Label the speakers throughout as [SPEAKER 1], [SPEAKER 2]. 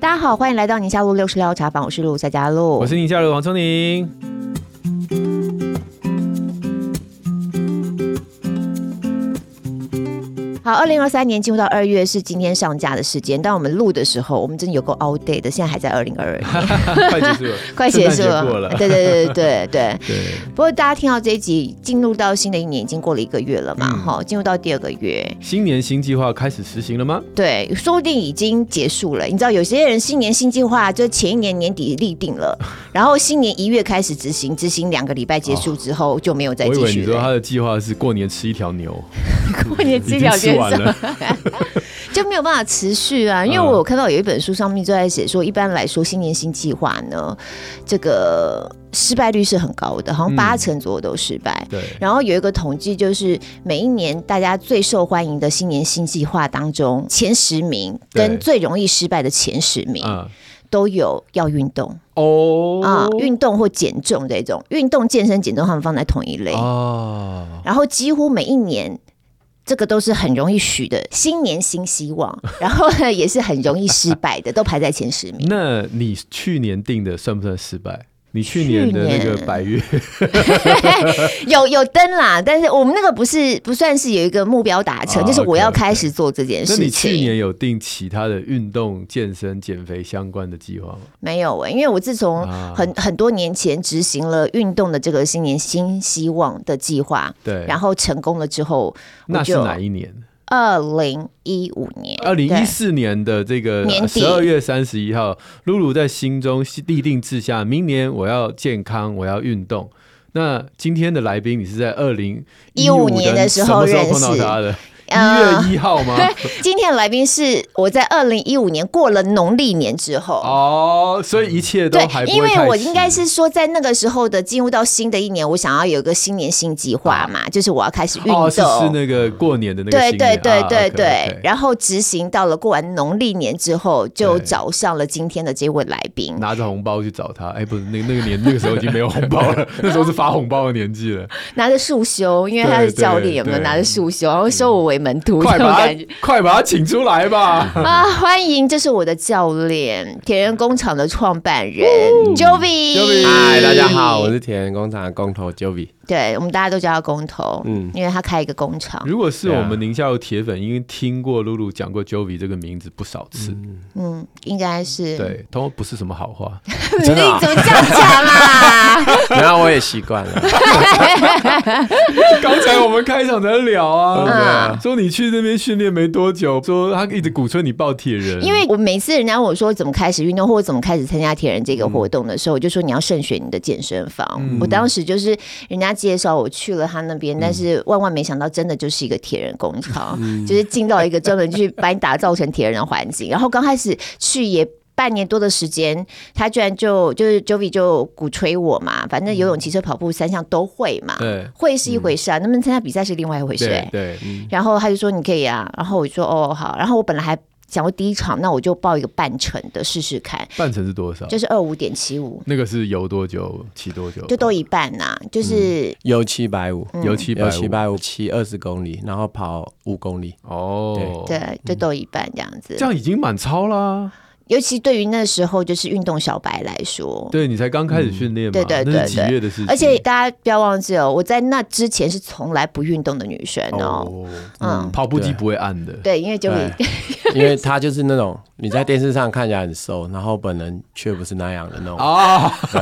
[SPEAKER 1] 大家好，欢迎来到宁夏路六十六号茶坊，我是陆夏佳璐，
[SPEAKER 2] 我是宁夏路王聪 宁。
[SPEAKER 1] 好，二零二三年进入到二月是今天上架的时间，但我们录的时候，我们真的有够 all day 的，现在还在二零二 二，
[SPEAKER 2] 快结束 了，
[SPEAKER 1] 快结束
[SPEAKER 2] 圣诞节过了
[SPEAKER 1] 对对对对对。
[SPEAKER 2] 对，
[SPEAKER 1] 不过大家听到这一集，进入到新的一年已经过了一个月了嘛，
[SPEAKER 2] 嗯
[SPEAKER 1] 哈、进入到第二个月，
[SPEAKER 2] 新年新计划开始实行了吗？
[SPEAKER 1] 对，说不定已经结束了。你知道，有些人新年新计划就前一年年底立定 了，然后新年一月开始执行，执行两个礼拜结束之后、就没有再
[SPEAKER 2] 我以
[SPEAKER 1] 继
[SPEAKER 2] 为
[SPEAKER 1] 续
[SPEAKER 2] 你说他
[SPEAKER 1] 了。
[SPEAKER 2] 的计划是过年吃一条牛，
[SPEAKER 1] 过年
[SPEAKER 2] 已经吃完了，
[SPEAKER 1] 就没有办法持续啊，因为
[SPEAKER 2] 嗯
[SPEAKER 1] 我有看到有一本书上面就在写说，一般来说新年新计划呢，这个失败率是很高的，好像
[SPEAKER 2] 嗯
[SPEAKER 1] 八成左右都失败。
[SPEAKER 2] 对，
[SPEAKER 1] 然后有一个统计，就是每一年大家最受欢迎的新年新计划当中，前十名
[SPEAKER 2] 对
[SPEAKER 1] 跟最容易失败的前十名
[SPEAKER 2] 啊，
[SPEAKER 1] 都有要运动啊
[SPEAKER 2] 哦，，
[SPEAKER 1] 运动或减重这种，运动、健身、减重他们放在同一类。
[SPEAKER 2] 哦，
[SPEAKER 1] 然后几乎每一年。这个都是很容易许的新年新希 望，然后呢也是很容易失败的，都排在前十名。
[SPEAKER 2] 那你去年定的算不算失败？你去年的那
[SPEAKER 1] 去
[SPEAKER 2] 个
[SPEAKER 1] 年
[SPEAKER 2] 百月，
[SPEAKER 1] 有有登啦，但是我们那个不是不算是有一个目标达成，
[SPEAKER 2] 啊
[SPEAKER 1] 就是我要
[SPEAKER 2] OK，OK
[SPEAKER 1] 开始做这件
[SPEAKER 2] 那
[SPEAKER 1] 事
[SPEAKER 2] 你去
[SPEAKER 1] 情。
[SPEAKER 2] 年有定其他的运动、健身、减肥相关的计划吗？
[SPEAKER 1] 没有欸诶、因为我自从
[SPEAKER 2] 啊
[SPEAKER 1] 很很多年前执行了运动的这个新年新希望的计划，
[SPEAKER 2] 对，
[SPEAKER 1] 然后成功了之后，
[SPEAKER 2] 那是
[SPEAKER 1] 我就
[SPEAKER 2] 哪一年？
[SPEAKER 1] 二零一五年，
[SPEAKER 2] 二零
[SPEAKER 1] 对
[SPEAKER 2] 一四年的这个
[SPEAKER 1] 年底
[SPEAKER 2] 十二月三十一号，露露在心中立定志向，明年我要健康，我要运动。那今天的来宾，你是在二零
[SPEAKER 1] 15年的时候
[SPEAKER 2] 什么时候碰到他的？
[SPEAKER 1] 呃
[SPEAKER 2] 一月一号吗？
[SPEAKER 1] 今天的来宾是我在二零一五年过了农历年之后。
[SPEAKER 2] 哦，所以一切都
[SPEAKER 1] 呃对
[SPEAKER 2] 还，不会
[SPEAKER 1] 因为
[SPEAKER 2] 太
[SPEAKER 1] 我
[SPEAKER 2] 迟
[SPEAKER 1] 应该是说，在那个时候的进入到新的一年，我想要有一个新年新计划嘛，就是我要开始运动。
[SPEAKER 2] 啊哦，是是那个过年的那个
[SPEAKER 1] 对
[SPEAKER 2] 新
[SPEAKER 1] 对
[SPEAKER 2] 年
[SPEAKER 1] 对
[SPEAKER 2] 啊
[SPEAKER 1] 对
[SPEAKER 2] OK，OK
[SPEAKER 1] 对然后执行到了过完农历年之后，就
[SPEAKER 2] 对
[SPEAKER 1] 找上了今天的这位来宾。
[SPEAKER 2] 拿着红包去找他，哎，不是那那个年那个时候已经没有红包了， 那时候是发红包的年纪了，
[SPEAKER 1] 拿着束胸，因为他是
[SPEAKER 2] 对对
[SPEAKER 1] 教练，有没有
[SPEAKER 2] 对嗯
[SPEAKER 1] 拿着束胸，然后收 我为门徒这
[SPEAKER 2] 快
[SPEAKER 1] 种
[SPEAKER 2] 把
[SPEAKER 1] 感
[SPEAKER 2] 他
[SPEAKER 1] 觉
[SPEAKER 2] 快把他请出来吧。
[SPEAKER 1] 啊！欢迎，这是我的教练，铁人工厂的创办人 Jovi。
[SPEAKER 3] 嗨，大家好，我是铁人工厂的工头 Jovi。
[SPEAKER 1] 对我们大家都叫他工头，
[SPEAKER 3] 嗯
[SPEAKER 1] 因为他开一个工厂。
[SPEAKER 2] 如果是
[SPEAKER 3] 对啊
[SPEAKER 2] 我们宁夏的铁粉，因为听过露露讲过 Jovi 这个名字不少次，
[SPEAKER 1] 嗯，应该是。
[SPEAKER 2] 对，通常不是什么好话。
[SPEAKER 1] 你
[SPEAKER 3] 真的啊
[SPEAKER 1] 怎么这样讲啊 啦？
[SPEAKER 3] 然后我也习惯 了，
[SPEAKER 2] 刚才我们开场在聊 啊
[SPEAKER 1] 嗯，
[SPEAKER 2] 说你去那边训练没多久，说他一直鼓吹你抱铁
[SPEAKER 3] 嗯
[SPEAKER 2] 人，
[SPEAKER 1] 因为我每次人家问我说怎么开始运动，或者怎么开始参加铁人这个活动的时候，我就说你要慎选你的健身房。
[SPEAKER 3] 嗯
[SPEAKER 1] 我当时就是人家介绍我去了他那边，但是万万没想到，真的就是一个铁人工厂，
[SPEAKER 3] 嗯
[SPEAKER 1] 就是进到一个专门去把你打造成铁人的环境。然后刚开始去也。半年多的时间，他居然就就是 Jovi 就鼓吹我嘛，反正
[SPEAKER 3] 嗯
[SPEAKER 1] 游泳、骑车、跑步三项都会嘛，
[SPEAKER 2] 对
[SPEAKER 1] 会是一回事啊，能不能参加比赛是另外一回事、欸
[SPEAKER 2] 对。对，
[SPEAKER 1] 然后他就说你可以啊，然后我就说哦好，然后我本来还想过第一场，那我就报一个半程的试试看，
[SPEAKER 2] 半程是多少？
[SPEAKER 1] 就是二五点七五，
[SPEAKER 2] 那个是游多久，骑多久？
[SPEAKER 1] 就都嗯一半呐、就是
[SPEAKER 3] 游七百五，
[SPEAKER 2] 游七百
[SPEAKER 3] 游
[SPEAKER 2] 五
[SPEAKER 3] 七百五，骑二十公里，然后跑五公里。
[SPEAKER 2] 哦，，
[SPEAKER 1] 对，就都一半这样子
[SPEAKER 2] 这。样已经满超啦。
[SPEAKER 1] 尤其对于那时候就是运动小白来说。
[SPEAKER 2] 对你才刚开始训练嘛，
[SPEAKER 1] 对对对
[SPEAKER 2] 那是几
[SPEAKER 1] 对
[SPEAKER 2] 月的事情？
[SPEAKER 1] 而且大家不要忘记哦，我在那之前是从来不运动的女生哦。
[SPEAKER 2] 哦，
[SPEAKER 1] 嗯，
[SPEAKER 2] 跑步机
[SPEAKER 3] 对
[SPEAKER 2] 不会按的，
[SPEAKER 1] 对，因为就
[SPEAKER 3] 对，因为他就是那种你在电视上看起来很瘦，然后本人却不是那样的那种。
[SPEAKER 2] 啊，
[SPEAKER 3] 对，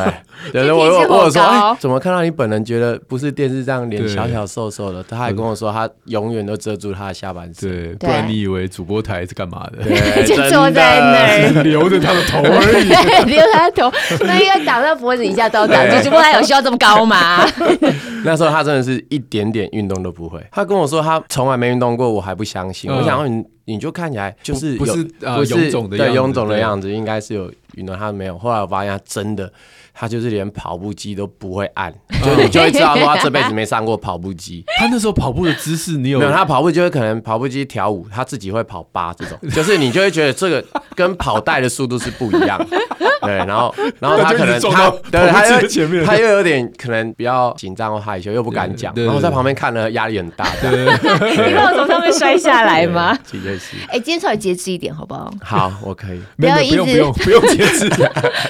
[SPEAKER 3] 对
[SPEAKER 1] 这
[SPEAKER 3] 对，我
[SPEAKER 1] 体脂
[SPEAKER 3] 我
[SPEAKER 1] 好
[SPEAKER 3] 我有说，
[SPEAKER 1] 高
[SPEAKER 3] 哎，怎么看到你本人觉得不是电视上脸
[SPEAKER 2] 对
[SPEAKER 3] 小小瘦瘦的？他还跟我说，他永远都遮住他的下半身。
[SPEAKER 2] 对，不然你以为主播台是干嘛 的？
[SPEAKER 3] 对
[SPEAKER 1] 就坐在那儿
[SPEAKER 3] 真的
[SPEAKER 2] 留着他的头而已。
[SPEAKER 1] 留他头，那应该挡到脖子以下都要挡住，只不过他有需要这么高 吗？
[SPEAKER 3] 那时候他真的是一点点运动都不会。他跟我说他从来没运动过，我还不相信。
[SPEAKER 2] 嗯
[SPEAKER 3] 我想说你你就看起来就是
[SPEAKER 2] 不不
[SPEAKER 3] 有
[SPEAKER 2] 是呃
[SPEAKER 3] 不
[SPEAKER 2] 臃肿的
[SPEAKER 3] 对
[SPEAKER 2] 样子
[SPEAKER 3] 臃肿的
[SPEAKER 2] 对
[SPEAKER 3] 样子，应该是有运动，他没有。后来我发现他真的，他就是连跑步机都不会按，就你就会知道说他这辈子没上过跑步机。
[SPEAKER 2] 他那时候跑步的姿势，你有
[SPEAKER 3] 没有，他跑步就会可能跑步机 调五，他自己会跑八这种，就是你就会觉得这个跟跑带的速度是不一样的。对，然后然后他可能
[SPEAKER 2] 就一直撞
[SPEAKER 3] 他
[SPEAKER 2] 到
[SPEAKER 3] 对
[SPEAKER 2] 跑步
[SPEAKER 3] 他
[SPEAKER 2] 机的
[SPEAKER 3] 又
[SPEAKER 2] 前面
[SPEAKER 3] 他又有点可能比较紧张或害羞，又不敢讲，
[SPEAKER 2] 对对
[SPEAKER 3] 然后在旁边看了压力很大，对
[SPEAKER 1] 你把我从上面摔下来吗？？
[SPEAKER 3] 这件事。
[SPEAKER 1] 哎、今天稍微节制一点好不好？
[SPEAKER 3] 好，我可以。
[SPEAKER 2] 没有，没有不
[SPEAKER 1] 不要
[SPEAKER 2] 用不用不用节制。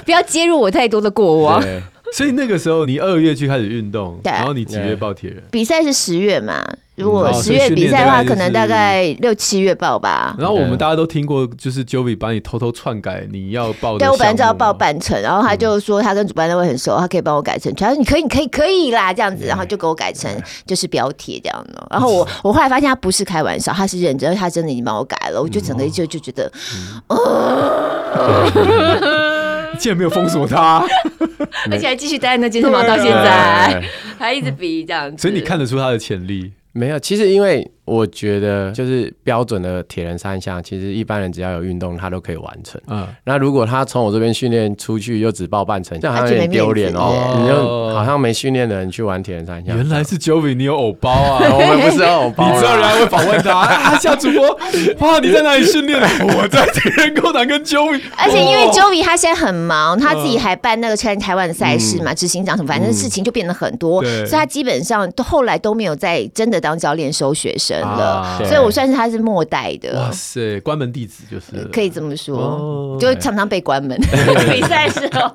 [SPEAKER 1] 不要揭露我太多的过往。
[SPEAKER 3] 对，
[SPEAKER 2] 所以那个时候你二月去开始运动，
[SPEAKER 1] 对
[SPEAKER 2] 然后你几月抱铁人？
[SPEAKER 1] 比赛是十月嘛，如果
[SPEAKER 2] 嗯哦
[SPEAKER 1] 十月比赛的话，
[SPEAKER 2] 所以训练大概就是
[SPEAKER 1] 可能大概六七月报吧。
[SPEAKER 2] 然后我们大家都听过，就是 Jovi 把你偷偷篡改你要报的项目嘛。
[SPEAKER 1] 对，我本来就要报半程，然后他就说他跟主办单位很熟，他可以帮我改成，他说你可以，你可以，可以啦，这样子，然后就给我改成就是标题这样的。然后 我我后来发现他不是开玩笑，他是认真，他真的已经帮我改了，我就整个就就觉得
[SPEAKER 2] 你竟然没有封 锁他，嗯
[SPEAKER 1] 而且还继续待在那健身房到现在，还一直比这样子。
[SPEAKER 2] 啊所以你看得出他的潜力。
[SPEAKER 3] 没有。其实因为我觉得，就是标准的铁人三项，其实一般人只要有运动，他都可以完成。
[SPEAKER 2] 嗯，
[SPEAKER 3] 那如果他从我这边训练出去，又只报半程，这样好像
[SPEAKER 1] 就
[SPEAKER 3] 有
[SPEAKER 1] 没
[SPEAKER 3] 点丢脸
[SPEAKER 1] 面
[SPEAKER 3] 哦
[SPEAKER 2] 子。
[SPEAKER 3] 你
[SPEAKER 2] 哦
[SPEAKER 3] 就好像没训练的人去玩铁人三项。
[SPEAKER 2] 原来是 Jovi，你有偶包啊。
[SPEAKER 3] 我们不是哦，
[SPEAKER 2] 你知道人家会访问他啊，夏主播，哇，你在哪里训 练？我在铁人工厂跟 Joey，
[SPEAKER 1] 而且因为
[SPEAKER 2] 哦嗯
[SPEAKER 1] Joey 他现在很忙，他自己还办那个参台湾的赛事嘛，执、行长什么，反正事情就变得很多，
[SPEAKER 2] 嗯对
[SPEAKER 1] 所以他基本上都后来都没有再真的当教练收学生了，
[SPEAKER 2] 啊
[SPEAKER 3] 对
[SPEAKER 1] 所以我算是他是末代的
[SPEAKER 2] 哇。塞，关门弟子就是了
[SPEAKER 1] 可以这么说，
[SPEAKER 2] 哦
[SPEAKER 1] 就常常被关 门。比赛时候，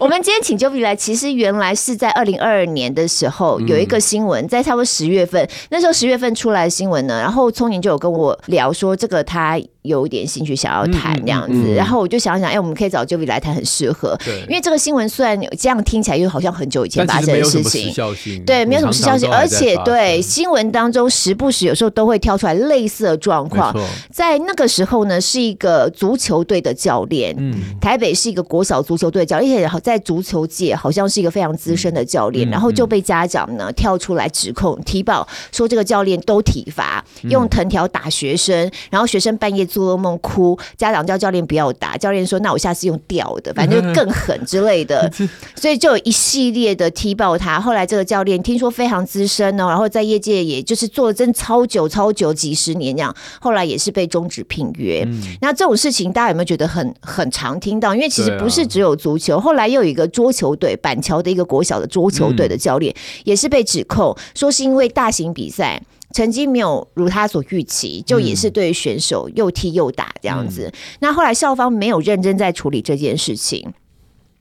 [SPEAKER 1] 我们今天请 Joey 来，其实原来是在二零二二年的时候
[SPEAKER 2] 嗯
[SPEAKER 1] 有一个新闻，在差不多十月份，那时候十月份出来的新闻呢，然后聪宁就有跟我聊说，这个他有点兴趣想要
[SPEAKER 2] 嗯
[SPEAKER 1] 谈这样子，然后我就想想，哎、我们可以找 Joey 来谈，很适合，
[SPEAKER 2] 对
[SPEAKER 1] 因为这个新闻虽然这样听起来又好像很久以前
[SPEAKER 2] 但
[SPEAKER 1] 发
[SPEAKER 2] 其实
[SPEAKER 1] 生
[SPEAKER 2] 没
[SPEAKER 1] 的
[SPEAKER 2] 有什
[SPEAKER 1] 事
[SPEAKER 2] 么时
[SPEAKER 1] 情，
[SPEAKER 2] 效性，
[SPEAKER 1] 对，没有什么时效性，
[SPEAKER 2] 我们
[SPEAKER 1] 而
[SPEAKER 2] 常常都还
[SPEAKER 1] 且
[SPEAKER 2] 在发
[SPEAKER 1] 对
[SPEAKER 2] 生
[SPEAKER 1] 新闻当中时不时有时候都会挑出来类似的状况
[SPEAKER 2] 没错。
[SPEAKER 1] 在那个时候呢，是一个足球队的教练，
[SPEAKER 2] 嗯
[SPEAKER 1] 台北是一个国小足球队的教练，而且然后在足球界好像是一个非常资深的教练，然后就被家长呢跳出来指控提报，说这个教练都体罚，用藤条打学生，然后学生半夜做噩梦哭，家长叫教练不要打，教练说那我下次用吊的，反正就更狠之类的。所以就有一系列的踢爆他。后来这个教练听说非常资深哦，然后在业界也就是做了真超久超久几十年这样，后来也是被终止聘约。
[SPEAKER 2] 嗯
[SPEAKER 1] 那这种事情大家有没有觉得很很常听到？因为其实
[SPEAKER 2] 对啊
[SPEAKER 1] 不是只有足球，后来又有一个桌球队板桥的一个国小的桌球
[SPEAKER 2] 嗯
[SPEAKER 1] 队的教练、也是被指控说是因为大型比赛。成绩没有如他所预期，就也
[SPEAKER 2] 嗯
[SPEAKER 1] 是对选手又踢又打这样子。那后来校方没有认真在处理这件事情，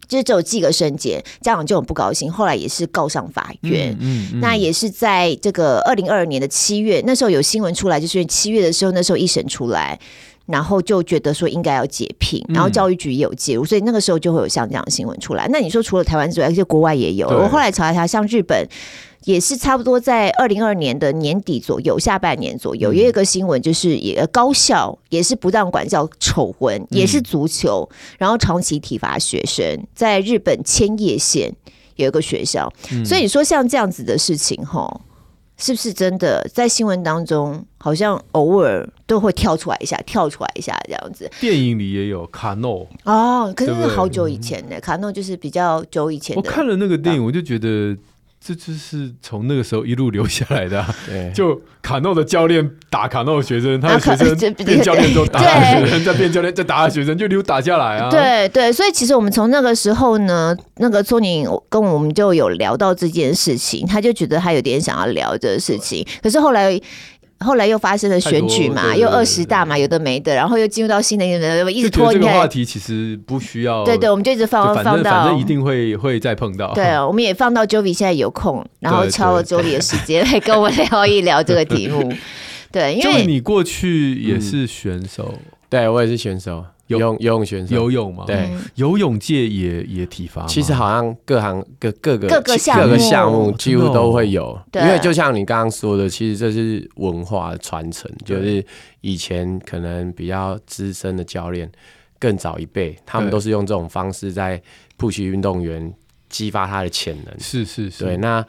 [SPEAKER 1] 就是只有寄个申检，家长就很不高兴，后来也是告上法院。
[SPEAKER 2] 嗯嗯，
[SPEAKER 1] 那也是在这个二零二二年的七月，那时候有新闻出来，就是七月的时候，那时候一审出来，然后就觉得说应该要解聘，然后教育局也有介入，所以那个时候就会有像这样的新闻出来。那你说除了台湾之外，而且国外也有，
[SPEAKER 2] 对
[SPEAKER 1] 我后来查一查，像日本。也是差不多在二零二年的年底左右，下半年左右，也有一个新闻，就是也高校也是不当管教丑闻，也是足球，然后长期体罚学生，在日本千叶县有一个学校，所以你说像这样子的事情，吼，是不是真的在新闻当中，好像偶尔都会跳出来一下，跳出来一下这样子？
[SPEAKER 2] 电影里也有卡诺，
[SPEAKER 1] 哦，可是
[SPEAKER 2] 对不
[SPEAKER 1] 是
[SPEAKER 2] 对
[SPEAKER 1] 好久以前呢、卡诺就是比较久以前
[SPEAKER 2] 我
[SPEAKER 1] 的。啊
[SPEAKER 2] 看了那个电影，我就觉得。这就是从那个时候一路留下来的、啊，
[SPEAKER 3] 对
[SPEAKER 2] 就卡诺的教练打卡诺的学生，他
[SPEAKER 1] 啊
[SPEAKER 2] 的
[SPEAKER 1] 卡
[SPEAKER 2] 学
[SPEAKER 1] 这
[SPEAKER 2] 生变教练之后 打
[SPEAKER 1] 对
[SPEAKER 2] 他的学生，再变教练再打他的学生，就一路打下来啊。，
[SPEAKER 1] 对对，所以其实我们从那个时候呢，那个聪宁跟我们就有聊到这件事情，他就觉得他有点想要聊这个事情，可是后来。后来又发生了选举
[SPEAKER 2] 太
[SPEAKER 1] 嘛，
[SPEAKER 2] 多对
[SPEAKER 1] 又
[SPEAKER 2] 对
[SPEAKER 1] 二
[SPEAKER 2] 对
[SPEAKER 1] 十大嘛，有的没的，然后又进入到新的一个一直
[SPEAKER 2] 就觉得
[SPEAKER 1] 拖，
[SPEAKER 2] 这
[SPEAKER 1] 你
[SPEAKER 2] 个话
[SPEAKER 1] 看，
[SPEAKER 2] 题其实不需要，
[SPEAKER 1] 对对，我们就一直放
[SPEAKER 2] 就反
[SPEAKER 1] 放
[SPEAKER 2] 正
[SPEAKER 1] 到，
[SPEAKER 2] 反正一定会会再碰
[SPEAKER 3] 哦
[SPEAKER 2] 到。
[SPEAKER 1] 对，我们也放到 Jovi 现在有空，然后
[SPEAKER 2] 对
[SPEAKER 1] 敲了
[SPEAKER 2] 对
[SPEAKER 1] Jovi 的时间来跟我们聊一聊这个题目。 对，因
[SPEAKER 2] 就
[SPEAKER 1] 为嗯
[SPEAKER 2] 你过去也是选手，
[SPEAKER 3] 对我也是选手，
[SPEAKER 2] 游
[SPEAKER 3] 游泳游泳选手。
[SPEAKER 2] 游泳
[SPEAKER 1] 嗯
[SPEAKER 2] 嘛，
[SPEAKER 3] 对，
[SPEAKER 2] 游泳界也也体罚吗。
[SPEAKER 3] 其实好像各行各各个
[SPEAKER 1] 各个项目
[SPEAKER 3] 各个项目几
[SPEAKER 2] 真
[SPEAKER 3] 乎
[SPEAKER 2] 的哦
[SPEAKER 3] 都会有，
[SPEAKER 1] 对
[SPEAKER 3] 因为就像你刚刚说的，其实这是文化传承，就是以前可能比较资深的教练，更早一辈，他们
[SPEAKER 2] 对
[SPEAKER 3] 都是用这种方式在 push 运动员，激发他的潜能。
[SPEAKER 2] 是是是，
[SPEAKER 3] 对，那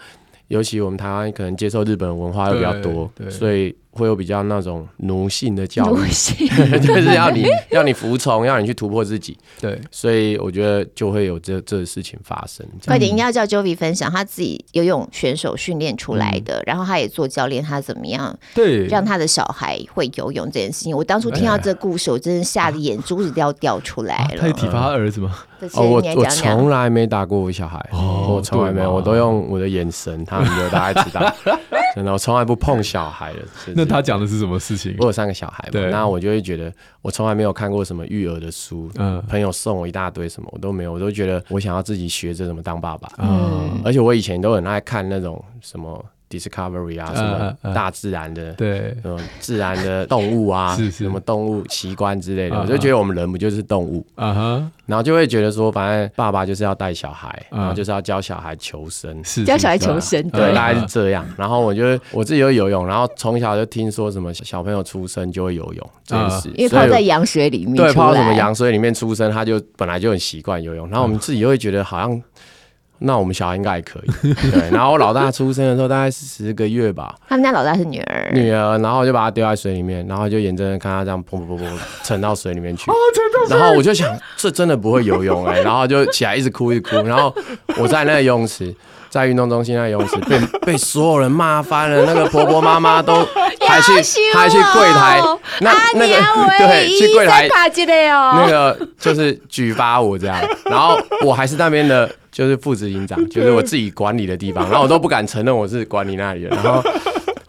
[SPEAKER 3] 尤其我们台湾可能接受日本文化又比较多
[SPEAKER 2] 对对，
[SPEAKER 3] 所以会有比较那种奴性的教
[SPEAKER 1] 奴
[SPEAKER 3] 育，
[SPEAKER 1] 性
[SPEAKER 3] 就是要你 要你服从，要你去突破自己，
[SPEAKER 2] 对，
[SPEAKER 3] 所以我觉得就会有这这事情发生。这
[SPEAKER 1] 快
[SPEAKER 3] 样
[SPEAKER 1] 点，应该要叫 Jovi 分享他自己游泳选手训练出来的，
[SPEAKER 3] 嗯
[SPEAKER 1] 然后他也做教练，他怎么样
[SPEAKER 2] 对，
[SPEAKER 1] 让他的小孩会游泳这件事情。我当初听到这故事，我真的吓得眼珠子都要掉出来
[SPEAKER 2] 啊
[SPEAKER 1] 了。
[SPEAKER 2] 他也体罚他儿子吗？
[SPEAKER 1] 对所
[SPEAKER 3] 哦，
[SPEAKER 1] 以
[SPEAKER 3] 我
[SPEAKER 1] 你来
[SPEAKER 3] 我
[SPEAKER 1] 讲讲
[SPEAKER 3] 从来没打过我小孩，
[SPEAKER 2] 哦
[SPEAKER 3] 我从来没
[SPEAKER 2] 对
[SPEAKER 3] 有，
[SPEAKER 2] 嘛
[SPEAKER 3] 我都用我的眼神，他们就大概知道。 真的，我从来不碰小孩的。 真是
[SPEAKER 2] 那他讲的是什么事情？
[SPEAKER 3] 我有三个小孩嘛
[SPEAKER 2] 对，
[SPEAKER 3] 那我就会觉得我从来没有看过什么育儿的书，
[SPEAKER 2] 嗯
[SPEAKER 3] 朋友送我一大堆什么，我都没有，我都觉得我想要自己学着怎么当爸爸。
[SPEAKER 2] 啊，
[SPEAKER 3] 而且我以前都很爱看那种什么 Discovery 啊，
[SPEAKER 2] 嗯
[SPEAKER 3] 什
[SPEAKER 2] 嗯嗯
[SPEAKER 3] 么大自然的。
[SPEAKER 2] 对，
[SPEAKER 3] 什么自然的动物 啊，
[SPEAKER 2] 是是
[SPEAKER 3] 什么动物奇观之类的，
[SPEAKER 2] 嗯
[SPEAKER 3] 我就觉得我们人不就是动物？
[SPEAKER 2] 啊哈，
[SPEAKER 3] 然后就会觉得说，反正爸爸就是要带小孩，
[SPEAKER 2] 嗯
[SPEAKER 3] 然后就是要教小孩求生，
[SPEAKER 2] 是
[SPEAKER 1] 教
[SPEAKER 2] 是
[SPEAKER 1] 小孩
[SPEAKER 2] 是啊
[SPEAKER 1] 求生
[SPEAKER 3] 对，
[SPEAKER 1] 对
[SPEAKER 3] 大概是这样。然后我就我自己会游泳，然后从小就听说什么小朋友出生就会游泳这
[SPEAKER 2] 嗯
[SPEAKER 3] 件事，
[SPEAKER 1] 因为
[SPEAKER 3] 所以
[SPEAKER 1] 泡在羊水里面出来，
[SPEAKER 3] 对泡到什么羊水里面出生，他就本来就很习惯游泳。然后我们自己就会觉得好像。那我们小孩应该也可以， 对。然后我老大出生的时候大概是十个月吧，
[SPEAKER 1] 他们家老大是女儿，
[SPEAKER 3] 女儿，然后我就把她丢在水里面，然后就眼睁睁看她这样砰砰砰砰沉到水里面去。哦，沉到然后我就想，这真的不会游泳 哎、然后就起来一直哭一直哭。然后我在那个游泳池，在运动中心那个游泳池被被所有人骂翻了，那个婆婆妈妈都还 去
[SPEAKER 1] 要羞哦
[SPEAKER 3] 还去柜台，那
[SPEAKER 1] 啊，
[SPEAKER 3] 那个
[SPEAKER 1] 你啊我
[SPEAKER 3] 对去柜台
[SPEAKER 1] 爬进来
[SPEAKER 3] 那
[SPEAKER 1] 哦。
[SPEAKER 3] 个就是举发我这样，然后我还是那边的，就是副职营长，就是我自己管理的地方，然后我都不敢承认我是管理那里的，然后。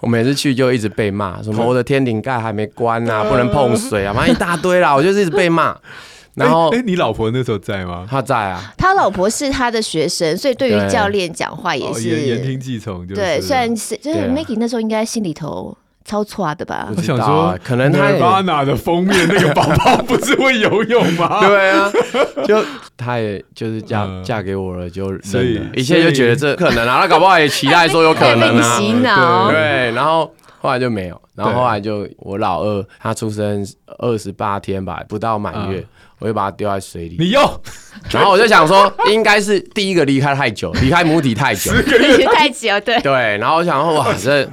[SPEAKER 3] 我每次去就一直被骂，什么我的天顶盖还没关啊，不能碰水啊，反正一大堆啦，我就是一直被骂。然后
[SPEAKER 2] 哎，哎你老婆那时候在吗？
[SPEAKER 3] 他在啊，
[SPEAKER 1] 他老婆是他的学生，所以对于
[SPEAKER 3] 对
[SPEAKER 1] 教练讲话也
[SPEAKER 2] 哦
[SPEAKER 1] 是
[SPEAKER 2] 言言听计从，就是
[SPEAKER 1] 对，虽然是就是
[SPEAKER 3] 对啊
[SPEAKER 1] Maggie 那时候应该心里头超错的 吧
[SPEAKER 3] 我
[SPEAKER 2] 我？想
[SPEAKER 3] 知道
[SPEAKER 2] 说
[SPEAKER 3] 啊，可能他也
[SPEAKER 2] Nirvana 的封面那个宝宝不是会游泳吗？
[SPEAKER 3] 对啊，就他也就是嫁
[SPEAKER 2] 嗯
[SPEAKER 3] 嫁给我了，就
[SPEAKER 2] 所以
[SPEAKER 3] 认了，一切就觉得这可能啊，那搞不好也期待说有可
[SPEAKER 1] 被
[SPEAKER 3] 能
[SPEAKER 1] 你
[SPEAKER 2] 哎
[SPEAKER 3] 啊，
[SPEAKER 1] 洗
[SPEAKER 2] 哦
[SPEAKER 1] 脑，
[SPEAKER 3] 对，然后后来就没有，然后
[SPEAKER 2] 对
[SPEAKER 3] 后来就我老二他出生二十八天吧，不到满月，
[SPEAKER 2] 嗯
[SPEAKER 3] 我就把他丢在水里，
[SPEAKER 2] 你又
[SPEAKER 3] 然后我就想说，应该是第一个离开太久，离开母体 太久，
[SPEAKER 1] 太久，对，
[SPEAKER 3] 对，然后我想说哇，这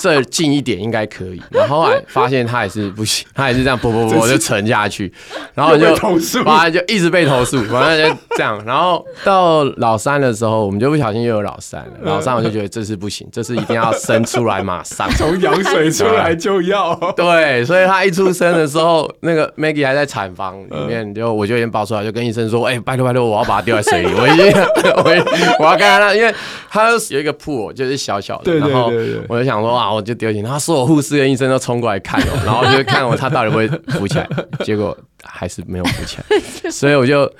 [SPEAKER 3] 这近一点应该可以，然后后来发现他也是不行， 他也是这样啵啵啵就沉下去，然后我
[SPEAKER 2] 又
[SPEAKER 3] 就
[SPEAKER 2] 被投诉
[SPEAKER 3] 反正就一直被投诉，反正就这样，然后到老三的时候，我们就不小心又有老三了，老三我就觉得这是不行，这是一定要生出来马上。
[SPEAKER 2] 从羊水出来就要
[SPEAKER 3] 对，所以他一出生的时候，那个 Maggie 还在产房里
[SPEAKER 2] 嗯
[SPEAKER 3] 面，就我就已经抱出来，就跟医生说：“哎、拜托拜托，我要把它丢在水里，我已经， 我已我要跟他那，因为他有一个 pool 就是小小的，
[SPEAKER 2] 对对
[SPEAKER 3] 然后
[SPEAKER 2] 对对
[SPEAKER 3] 我就想说啊，我就丢进去，然后所有护士跟医生都冲过来 看我，然后就看我他到底会不会浮起来，结果还是没有浮起 来，所以我就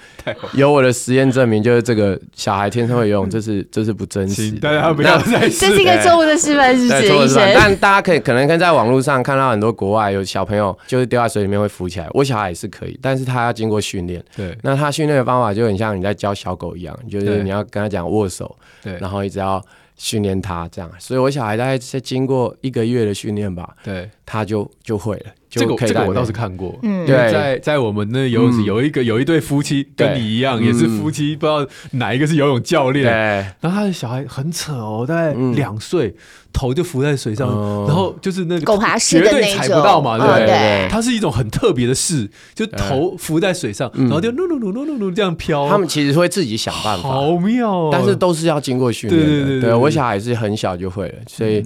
[SPEAKER 3] 有我的实验证明，就是这个小孩天生会游泳，这是 这是不真实
[SPEAKER 2] 请
[SPEAKER 3] 的，
[SPEAKER 2] 大家不要
[SPEAKER 3] 那
[SPEAKER 2] 再
[SPEAKER 1] 这是一
[SPEAKER 2] 试。
[SPEAKER 1] 个错误的示范，是不
[SPEAKER 3] 对，
[SPEAKER 1] 是？
[SPEAKER 3] 错
[SPEAKER 1] 医
[SPEAKER 3] 的是吧？
[SPEAKER 1] 生，
[SPEAKER 3] 但大家可以可能跟在网络上看到很多国外有小朋友就是掉在水里面会浮起来，我小孩也是可以，但是他要经过训练。
[SPEAKER 2] 对
[SPEAKER 3] 那他训练的方法就很像你在教小狗一样，就是
[SPEAKER 2] 对
[SPEAKER 3] 你要跟他讲握手，
[SPEAKER 2] 对
[SPEAKER 3] 然后一直要训练他这样。所以我小孩大概是经过一个月的训练吧，
[SPEAKER 2] 对，
[SPEAKER 3] 他就就会了。
[SPEAKER 2] 这
[SPEAKER 3] 就
[SPEAKER 2] 个
[SPEAKER 3] 可以
[SPEAKER 2] 这个
[SPEAKER 3] 带
[SPEAKER 2] 我倒
[SPEAKER 3] 那
[SPEAKER 2] 是看过。
[SPEAKER 1] 嗯
[SPEAKER 2] 因为
[SPEAKER 3] 对嗯
[SPEAKER 2] 在在我们那游泳池有一个有一对夫妻跟
[SPEAKER 3] 对嗯
[SPEAKER 2] 你一样，也是夫妻，不知道哪一个是游泳教练，
[SPEAKER 3] 对。
[SPEAKER 2] 然后他的小孩很扯哦，大概
[SPEAKER 3] 嗯
[SPEAKER 2] 两岁，头就浮在水上，
[SPEAKER 3] 哦
[SPEAKER 2] 然后就是那个
[SPEAKER 1] 狗爬式的
[SPEAKER 2] 绝对
[SPEAKER 1] 那一
[SPEAKER 2] 踩不到嘛，
[SPEAKER 1] 种
[SPEAKER 2] 对不
[SPEAKER 1] 嗯对
[SPEAKER 2] 它是一种很特别的事，就头浮在水上，然后就噜噜噜噜噜噜这样飘，
[SPEAKER 3] 嗯他们其实会自己想办法，
[SPEAKER 2] 好妙哦，
[SPEAKER 3] 但是都是要经过训练的。
[SPEAKER 2] 对对对对嗯对
[SPEAKER 3] 我小孩是很小就会了，所以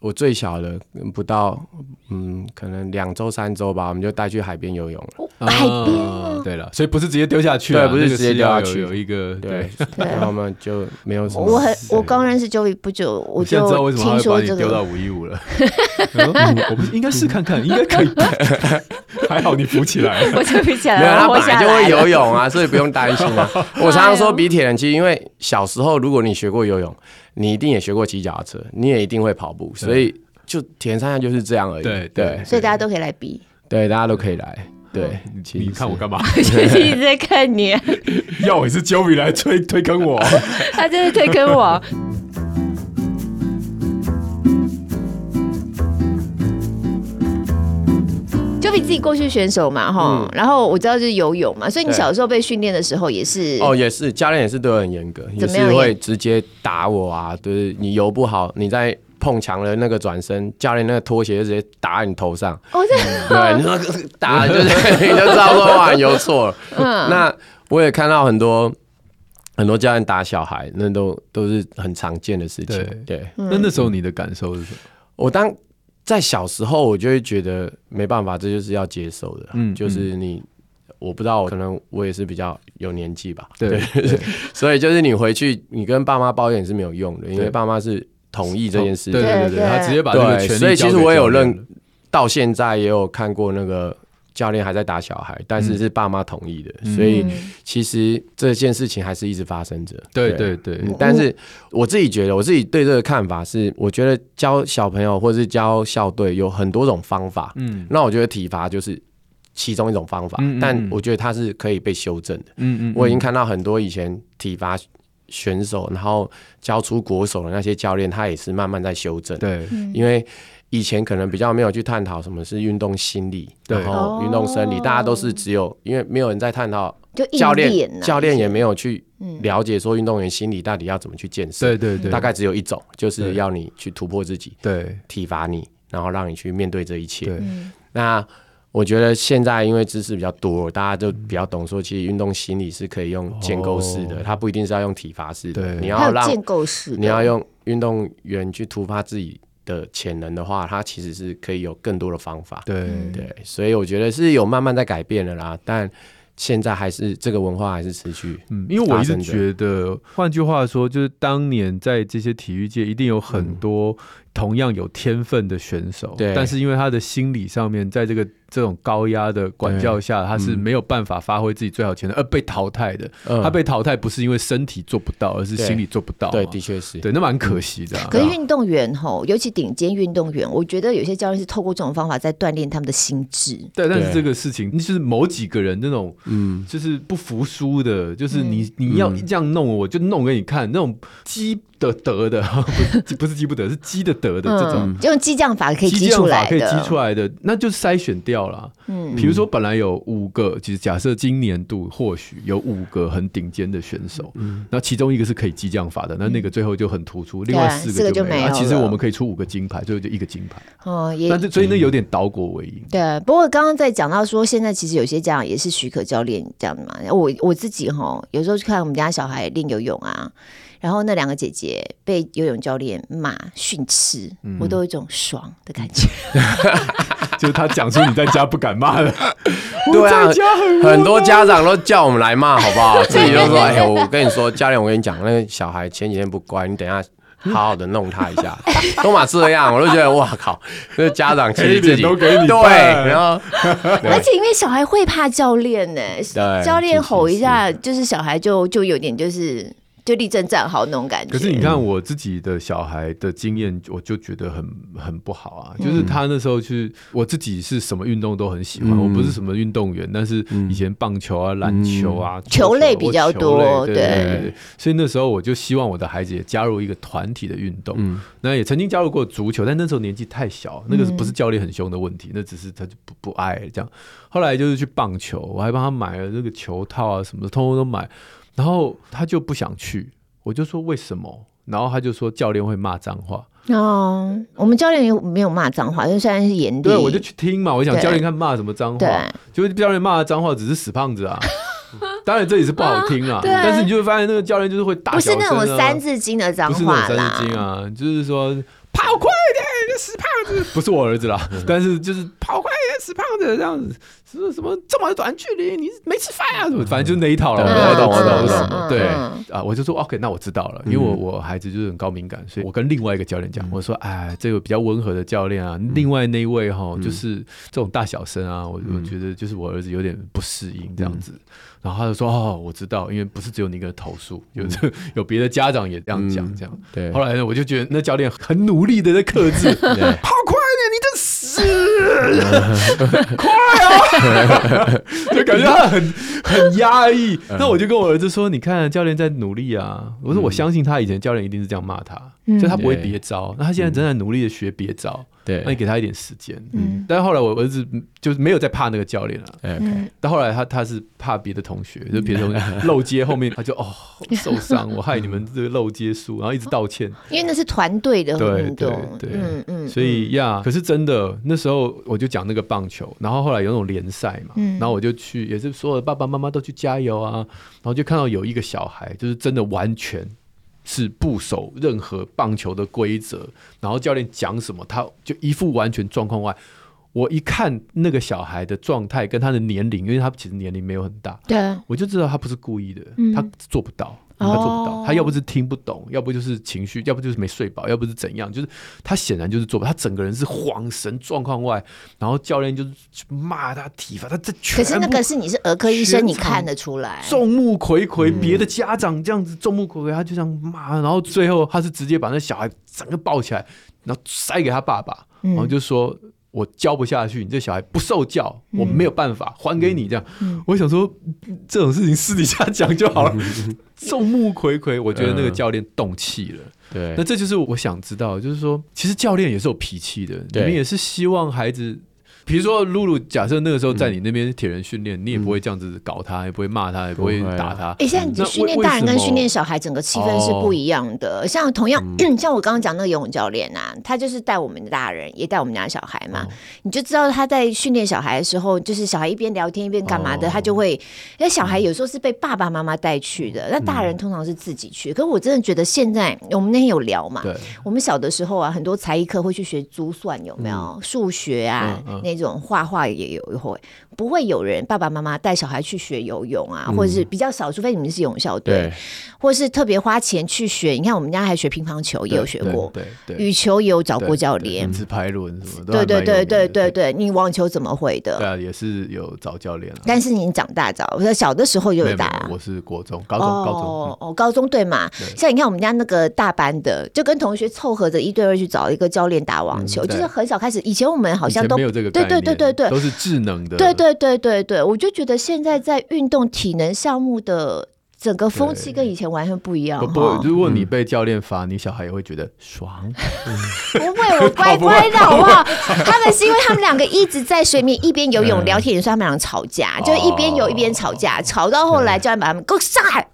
[SPEAKER 3] 我最小的嗯不到嗯，可能两周三周吧，我们就带去海边游泳了。
[SPEAKER 2] 啊
[SPEAKER 1] 海边啊，
[SPEAKER 2] 对了，所以不是直接丢下去啊，
[SPEAKER 3] 对不是
[SPEAKER 2] 那个
[SPEAKER 3] 直接
[SPEAKER 2] 是要
[SPEAKER 3] 丢下去
[SPEAKER 2] 有有一个
[SPEAKER 3] 对
[SPEAKER 2] 对，，
[SPEAKER 3] 然后我们就没有什么。
[SPEAKER 1] 我很我刚认识 Joey 不久，我
[SPEAKER 2] 现在知道
[SPEAKER 1] 就
[SPEAKER 2] 为什么他
[SPEAKER 1] 听说
[SPEAKER 2] 会把你
[SPEAKER 1] 这
[SPEAKER 2] 丢到
[SPEAKER 1] 个，
[SPEAKER 2] 五一五了。嗯我们应该试看看，应该 可以吧。还好你浮起来 了。
[SPEAKER 1] 呃我就比起
[SPEAKER 3] 没有，
[SPEAKER 1] 来
[SPEAKER 3] 他
[SPEAKER 1] 活
[SPEAKER 3] 本来
[SPEAKER 1] 下
[SPEAKER 3] 就
[SPEAKER 1] 来
[SPEAKER 3] 会
[SPEAKER 1] 了。
[SPEAKER 3] 游泳啊，所以不用担心 啊。我常常说比铁人，其实因为小时候如果你学过游泳，你一定也学过骑脚踏车，你也一定会跑步，所以就铁人三项就是这样而已。
[SPEAKER 2] 对对
[SPEAKER 3] 对
[SPEAKER 1] 所以大家都可以来比，
[SPEAKER 3] 对，大家都可以来。对，其实
[SPEAKER 2] 你看我干嘛？
[SPEAKER 1] 我就一直在看你，
[SPEAKER 2] 要我也是 Joey 来推推坑我。
[SPEAKER 1] 他真是推坑我。就比自己过去选手嘛，哈、然后我知道就是游泳嘛，所以你
[SPEAKER 3] 嗯对
[SPEAKER 1] 小时候被训练的时候也是
[SPEAKER 3] 哦，也是，教练也是对我很严格，也
[SPEAKER 1] 怎么
[SPEAKER 3] 是
[SPEAKER 1] 样
[SPEAKER 3] 会
[SPEAKER 1] 严
[SPEAKER 3] 直接打我啊，就是你游不好，你在碰墙的那个转身，教练那个拖鞋就直接打在你 头上，
[SPEAKER 1] 哦，真的
[SPEAKER 3] 对，你说打就是 你就知道说哇有错了。
[SPEAKER 1] 嗯
[SPEAKER 3] 那我也看到很多很多教练打小孩，那都都是很常见的事情。
[SPEAKER 2] 对
[SPEAKER 3] 对
[SPEAKER 1] 嗯
[SPEAKER 2] 那那时候你的感受是什么？
[SPEAKER 3] 我当在小时候，我就会觉得没办法，这就是要接受的。
[SPEAKER 2] 嗯
[SPEAKER 3] 嗯，就是你，我不知道，可能我也是比较有年纪吧，
[SPEAKER 2] 对，
[SPEAKER 3] 所以就是你回去，你跟爸妈抱怨是没有用的，因
[SPEAKER 2] 对
[SPEAKER 3] 为爸妈是同意这件事
[SPEAKER 2] 对
[SPEAKER 3] 情。
[SPEAKER 2] 对
[SPEAKER 1] 对
[SPEAKER 2] 他直接把这个权
[SPEAKER 3] 对，
[SPEAKER 2] 利
[SPEAKER 3] 所以其实我也有
[SPEAKER 2] 交给教练
[SPEAKER 3] 认，到现在也有看过那个教练还在打小孩，但是是爸妈同意的，
[SPEAKER 2] 嗯
[SPEAKER 3] 所以其实这件事情还是一直发生着。
[SPEAKER 2] 对对对，
[SPEAKER 3] 嗯，但是我自己觉得，我自己对这个看法是，我觉得教小朋友或是教校队有很多种方法。
[SPEAKER 2] 嗯
[SPEAKER 3] 那我觉得体罚就是其中一种方法，
[SPEAKER 2] 嗯嗯嗯
[SPEAKER 3] 但我觉得它是可以被修正的。
[SPEAKER 2] 嗯嗯，
[SPEAKER 3] 我已经看到很多以前体罚选手，然后教出国手的那些教练，他也是慢慢在修正。
[SPEAKER 2] 对
[SPEAKER 1] 嗯
[SPEAKER 3] 因为以前可能比较没有去探讨什么是运动心理，
[SPEAKER 2] 对
[SPEAKER 3] 然后运动生理，
[SPEAKER 1] 哦
[SPEAKER 3] 大家都是只有因为没有人在探讨，
[SPEAKER 1] 就硬
[SPEAKER 3] 教
[SPEAKER 1] 练
[SPEAKER 3] 练
[SPEAKER 1] 啊
[SPEAKER 3] 教练也没有去
[SPEAKER 1] 嗯
[SPEAKER 3] 了解说运动员心理到底要怎么去建设，
[SPEAKER 2] 对对对，
[SPEAKER 3] 大概只有一种，就是
[SPEAKER 2] 对
[SPEAKER 3] 要你去突破自己，
[SPEAKER 2] 对
[SPEAKER 3] 体罚你，然后让你去面对这一切。
[SPEAKER 2] 对
[SPEAKER 1] 嗯
[SPEAKER 3] 那我觉得现在因为知识比较多，大家就比较懂说，其实运动心理是可以用建构式的，
[SPEAKER 2] 哦
[SPEAKER 3] 它不一定是要用体罚式的，
[SPEAKER 2] 对
[SPEAKER 3] 你
[SPEAKER 1] 还
[SPEAKER 3] 要
[SPEAKER 1] 有
[SPEAKER 3] 让
[SPEAKER 1] 建构式的，
[SPEAKER 3] 你要用运动员去突发自己的潜能的话，他其实是可以有更多的方法。
[SPEAKER 2] 对对，
[SPEAKER 3] 对，所以我觉得是有慢慢在改变的啦，但现在还是这个文化还是持续。
[SPEAKER 2] 嗯，因为我一直
[SPEAKER 3] 发生的
[SPEAKER 2] 觉得，换句话说，就是当年在这些体育界一定有很多同样有天分的选手，
[SPEAKER 3] 嗯对
[SPEAKER 2] 但是因为他的心理上面，在这个这种高压的管教下，他是没有办法发挥自己最好潜能，而被淘汰的。
[SPEAKER 3] 嗯
[SPEAKER 2] 他被淘汰不是因为身体做不到，而是
[SPEAKER 3] 对
[SPEAKER 2] 心理做不到嘛。啊
[SPEAKER 3] 嗯对，的确是。
[SPEAKER 2] 对，那蛮可惜的啊。
[SPEAKER 1] 可是
[SPEAKER 2] 对啊
[SPEAKER 1] 运动员吼，尤其顶尖运动员，我觉得有些教练是透过这种方法在锻炼他们的心智。
[SPEAKER 2] 对，但是
[SPEAKER 3] 对啊
[SPEAKER 2] 这个事情就是某几个人那种，嗯，就是不服输的，就是你
[SPEAKER 1] 嗯
[SPEAKER 2] 你要这样弄我，我就弄给你看，那种积的德的， 不是不是积不得，是积的德的这种。
[SPEAKER 1] 嗯，用激将法可以激
[SPEAKER 2] 激将
[SPEAKER 1] 出
[SPEAKER 2] 法
[SPEAKER 1] 来
[SPEAKER 2] 可以激
[SPEAKER 1] 的，
[SPEAKER 2] 出来的，那就筛选掉了。嗯，比如说本来有五个，其实假设今年度或许有五个很顶尖的选手，
[SPEAKER 1] 嗯
[SPEAKER 2] 那其中一个是可以激将法的，那那个最后就很突出，另外
[SPEAKER 1] 对啊
[SPEAKER 2] 四
[SPEAKER 1] 四
[SPEAKER 2] 个
[SPEAKER 1] 个
[SPEAKER 2] 就
[SPEAKER 1] 就没
[SPEAKER 2] 没了。啊
[SPEAKER 1] 有
[SPEAKER 2] 其实
[SPEAKER 1] 了
[SPEAKER 2] 我们可以出五个金牌，最后就一个金牌，
[SPEAKER 1] 哦，也
[SPEAKER 2] 那这所以那有点倒果为因。
[SPEAKER 1] 对，不过刚刚在讲到说，现在其实有些家长也是许可教练这样的嘛。我我自己哈，有时候去看我们家小孩练游泳啊，然后那两个姐姐被游泳教练骂训斥，
[SPEAKER 2] 嗯
[SPEAKER 1] 我都有一种爽的感 觉。
[SPEAKER 2] 就是他讲出你在家不敢 骂的，
[SPEAKER 3] 对啊
[SPEAKER 2] 我在家很，
[SPEAKER 3] 很多家长都叫我们来骂，好不好？自己就说：“哎、呦，我跟你说，教练，我跟你讲，那个小孩前几天不乖，你等一下。”好好的弄他一下，都嘛这样，我就觉得哇靠，那家长其实自
[SPEAKER 2] 黑脸
[SPEAKER 3] 己
[SPEAKER 2] 都给你
[SPEAKER 3] 对，
[SPEAKER 2] 办
[SPEAKER 3] 然后对
[SPEAKER 1] 而且因为小孩会怕教练呢、
[SPEAKER 3] 对
[SPEAKER 1] 教练吼一下，就是小孩就就有点就是就立正站好那种感觉。
[SPEAKER 2] 可是你看我自己的小孩的经验，我就觉得很很不好啊。
[SPEAKER 1] 嗯
[SPEAKER 2] 就是他那时候去，我自己是什么运动都很喜欢，
[SPEAKER 3] 嗯
[SPEAKER 2] 我不是什么运动员，但是
[SPEAKER 1] 嗯
[SPEAKER 2] 以前棒球啊、篮球啊、
[SPEAKER 1] 球类比较
[SPEAKER 2] 我球类
[SPEAKER 1] 多
[SPEAKER 2] 对
[SPEAKER 1] 对
[SPEAKER 2] 对对。所以那时候我就希望我的孩子也加入一个团体的运动。那也曾经加入过足球，但那时候年纪太小，那个不
[SPEAKER 1] 嗯
[SPEAKER 2] 是教练很凶的问题，那只是他就不不爱这样。后来就是去棒球，我还帮他买了那个球套啊什么的，通通都买。然后他就不想去，我就说为什么？然后他就说教练会骂脏话，
[SPEAKER 1] 哦，我们教练也没有骂脏话，就虽然是严厉，
[SPEAKER 2] 对我就去听嘛，我想
[SPEAKER 1] 对
[SPEAKER 2] 教练看骂什么脏话
[SPEAKER 1] 对，
[SPEAKER 2] 结果教练骂的脏话只是死胖子啊。当然这也是不好听啊，
[SPEAKER 1] 对
[SPEAKER 2] 但是你就会发现那个教练就是会大
[SPEAKER 1] 不
[SPEAKER 2] 小
[SPEAKER 1] 是
[SPEAKER 2] 声、啊、
[SPEAKER 1] 那种三字经的脏
[SPEAKER 2] 不是
[SPEAKER 1] 话
[SPEAKER 2] 那种三
[SPEAKER 1] 啦
[SPEAKER 2] 字。经啊，就是说跑快一点，你死胖子！不是我儿子啦，但是就是跑快一点，死胖子这样子，说什么这么短距离，你没吃饭啊？什么反正就是那一套了。
[SPEAKER 3] 对
[SPEAKER 2] 我懂，
[SPEAKER 3] 嗯
[SPEAKER 2] 我懂，我
[SPEAKER 3] 嗯
[SPEAKER 2] 懂。
[SPEAKER 1] 嗯
[SPEAKER 2] 对
[SPEAKER 1] 嗯
[SPEAKER 2] 啊，我就说 OK，那我知道了，因为我我孩子就是很高敏感，所以我跟另外一个教练讲，我说哎，这个比较温和的教练啊，另外那一位哈，就是这种大小声啊，我我觉得就是我儿子有点不适应这样子。然后他就说：“哦，我知道，因为不是只有你一个人投诉，有 有别的家长也这样讲，
[SPEAKER 3] 嗯
[SPEAKER 2] 这样。
[SPEAKER 3] 对
[SPEAKER 2] 后来呢，我就觉得那教练很努力的在克 制，跑快一点，你这死 快哦， 就感觉他很很压
[SPEAKER 3] 嗯
[SPEAKER 2] 抑。那我就跟我儿子说：“你看，教练在努力啊。”我说：“我相信他以前教练一定是这样骂他。”所以他不会憋招。那他现在正在努力的学憋招，
[SPEAKER 3] 嗯对
[SPEAKER 2] 那你给他一点时间。
[SPEAKER 1] 嗯
[SPEAKER 2] 但是后来我儿子就是没有再怕那个教练了、
[SPEAKER 3] 哎
[SPEAKER 1] 嗯
[SPEAKER 2] 但后来他他是怕别的同学，就别的同学漏接后面他就 哦受伤，我害你们这个漏接数，然后一直道歉。
[SPEAKER 1] 因为那是团队的
[SPEAKER 2] 对
[SPEAKER 1] 运动，
[SPEAKER 2] 对对
[SPEAKER 1] 嗯嗯，
[SPEAKER 2] 所以呀可是真的那时候我就讲那个棒球，然后后来有那种联赛嘛，
[SPEAKER 1] 嗯
[SPEAKER 2] 然后我就去，也是所有的爸爸妈妈都去加油啊，然后就看到有一个小孩，就是真的完全是不守任何棒球的规则，然后教练讲什么，他就一副完全状况外。我一看那个小孩的状态跟他的年龄，因为他其实年龄没有很大，
[SPEAKER 1] 对啊，
[SPEAKER 2] 我就知道他不是故意的，
[SPEAKER 1] 嗯哦
[SPEAKER 2] 他做不到，他做不到，他要不是听不懂，要不就是情绪，要不就是没睡饱，要不是怎样，就是他显然就是做不到，他整个人是恍神状况外，然后教练就是骂他体罚，他这
[SPEAKER 1] 可
[SPEAKER 2] 全
[SPEAKER 1] 是那
[SPEAKER 2] 部
[SPEAKER 1] 个是你是儿科医生，
[SPEAKER 2] 全
[SPEAKER 1] 你
[SPEAKER 2] 场
[SPEAKER 1] 看得出来，
[SPEAKER 2] 众目睽睽，别的家长这样子众目睽睽，他就这样骂，然后最后他是直接把那小孩整个抱起来，然后塞给他爸爸，然后就说。我教不下去，你这小孩不受教，我没有办法还给你。这样，我想说嗯这种事情私底下讲就好了。众目睽睽，我觉得那个教练动气了。
[SPEAKER 3] 对
[SPEAKER 2] 那，这就是我想知道，就是说，其实教练也是有脾气的，你
[SPEAKER 3] 对
[SPEAKER 2] 们也是希望孩子，比如说露露，假设那个时候在你那边铁人训练，你也不会这样子搞他，也不会骂他，也不会
[SPEAKER 3] 不会啊
[SPEAKER 2] 打他。
[SPEAKER 1] 哎、现在
[SPEAKER 2] 嗯那
[SPEAKER 1] 训练
[SPEAKER 2] 为
[SPEAKER 1] 大人跟
[SPEAKER 2] 为什么哦
[SPEAKER 1] 训练小孩，整个气氛是不一样的。像同样，
[SPEAKER 2] 嗯
[SPEAKER 1] 像我刚刚讲那个游泳教练啊，他就是带我们的大人，也带我们家小孩嘛。
[SPEAKER 2] 哦
[SPEAKER 1] 你就知道他在训练小孩的时候，就是小孩一边聊天一边干嘛的，
[SPEAKER 2] 哦嗯
[SPEAKER 1] 他就会。那小孩有时候是被爸爸妈妈带去的，那大人通常是自己去。可是我真的觉得现在，我们那天有聊嘛，
[SPEAKER 2] 对，
[SPEAKER 1] 我们小的时候啊，很多才艺课会去学珠算，有没有？数学啊，
[SPEAKER 2] 嗯嗯嗯
[SPEAKER 1] 那种画画也有会，不会有人爸爸妈妈带小孩去学游泳啊，
[SPEAKER 2] 嗯
[SPEAKER 1] 或者是比较少，除非你们是游泳校队
[SPEAKER 3] 对，，
[SPEAKER 1] 或是特别花钱去学。你看我们家还学乒乓球，也有学过，
[SPEAKER 2] 对对，对
[SPEAKER 1] 羽球也有找过
[SPEAKER 2] 对
[SPEAKER 1] 教
[SPEAKER 2] 对
[SPEAKER 1] 练
[SPEAKER 2] 嗯。直排轮什么的，
[SPEAKER 1] 对对对对对
[SPEAKER 2] 对，嗯
[SPEAKER 1] 对，你网球怎么会
[SPEAKER 2] 对
[SPEAKER 1] 的？
[SPEAKER 2] 啊，也是有找教练啊。
[SPEAKER 1] 但是你长大早，我说小的时候就有
[SPEAKER 2] 没有
[SPEAKER 1] 打、
[SPEAKER 2] 没有我是国中、高中、嗯高中
[SPEAKER 1] 哦，哦，高中对嘛？像你看我们家那个大班的，就跟同学凑合着一对二去找一个教练打网球，
[SPEAKER 2] 嗯
[SPEAKER 1] 就是
[SPEAKER 2] 对
[SPEAKER 1] 很少开始。以前我们好
[SPEAKER 2] 嗯，以
[SPEAKER 1] 像
[SPEAKER 2] 前
[SPEAKER 1] 都
[SPEAKER 2] 没有这个
[SPEAKER 1] 对
[SPEAKER 2] 概
[SPEAKER 1] 对
[SPEAKER 2] 念，
[SPEAKER 1] 对对对
[SPEAKER 2] 都是智能的，
[SPEAKER 1] 对对对对对，我就觉得现在在运动体能项目的整个风气
[SPEAKER 2] 对
[SPEAKER 1] 跟以前完全不一样哦
[SPEAKER 2] 不
[SPEAKER 1] 哈
[SPEAKER 2] 不，如果你
[SPEAKER 3] 嗯
[SPEAKER 2] 被教练罚，你小孩也会觉得爽。
[SPEAKER 1] 不会，我乖乖的好不 好？他们是因为他们两个一直在水面一边游泳
[SPEAKER 2] 嗯
[SPEAKER 1] 聊天，也算他们两个吵
[SPEAKER 2] 哦
[SPEAKER 1] 架，就一边游一边吵架，吵到后
[SPEAKER 2] 嗯
[SPEAKER 1] 来教练把他们给我上 来，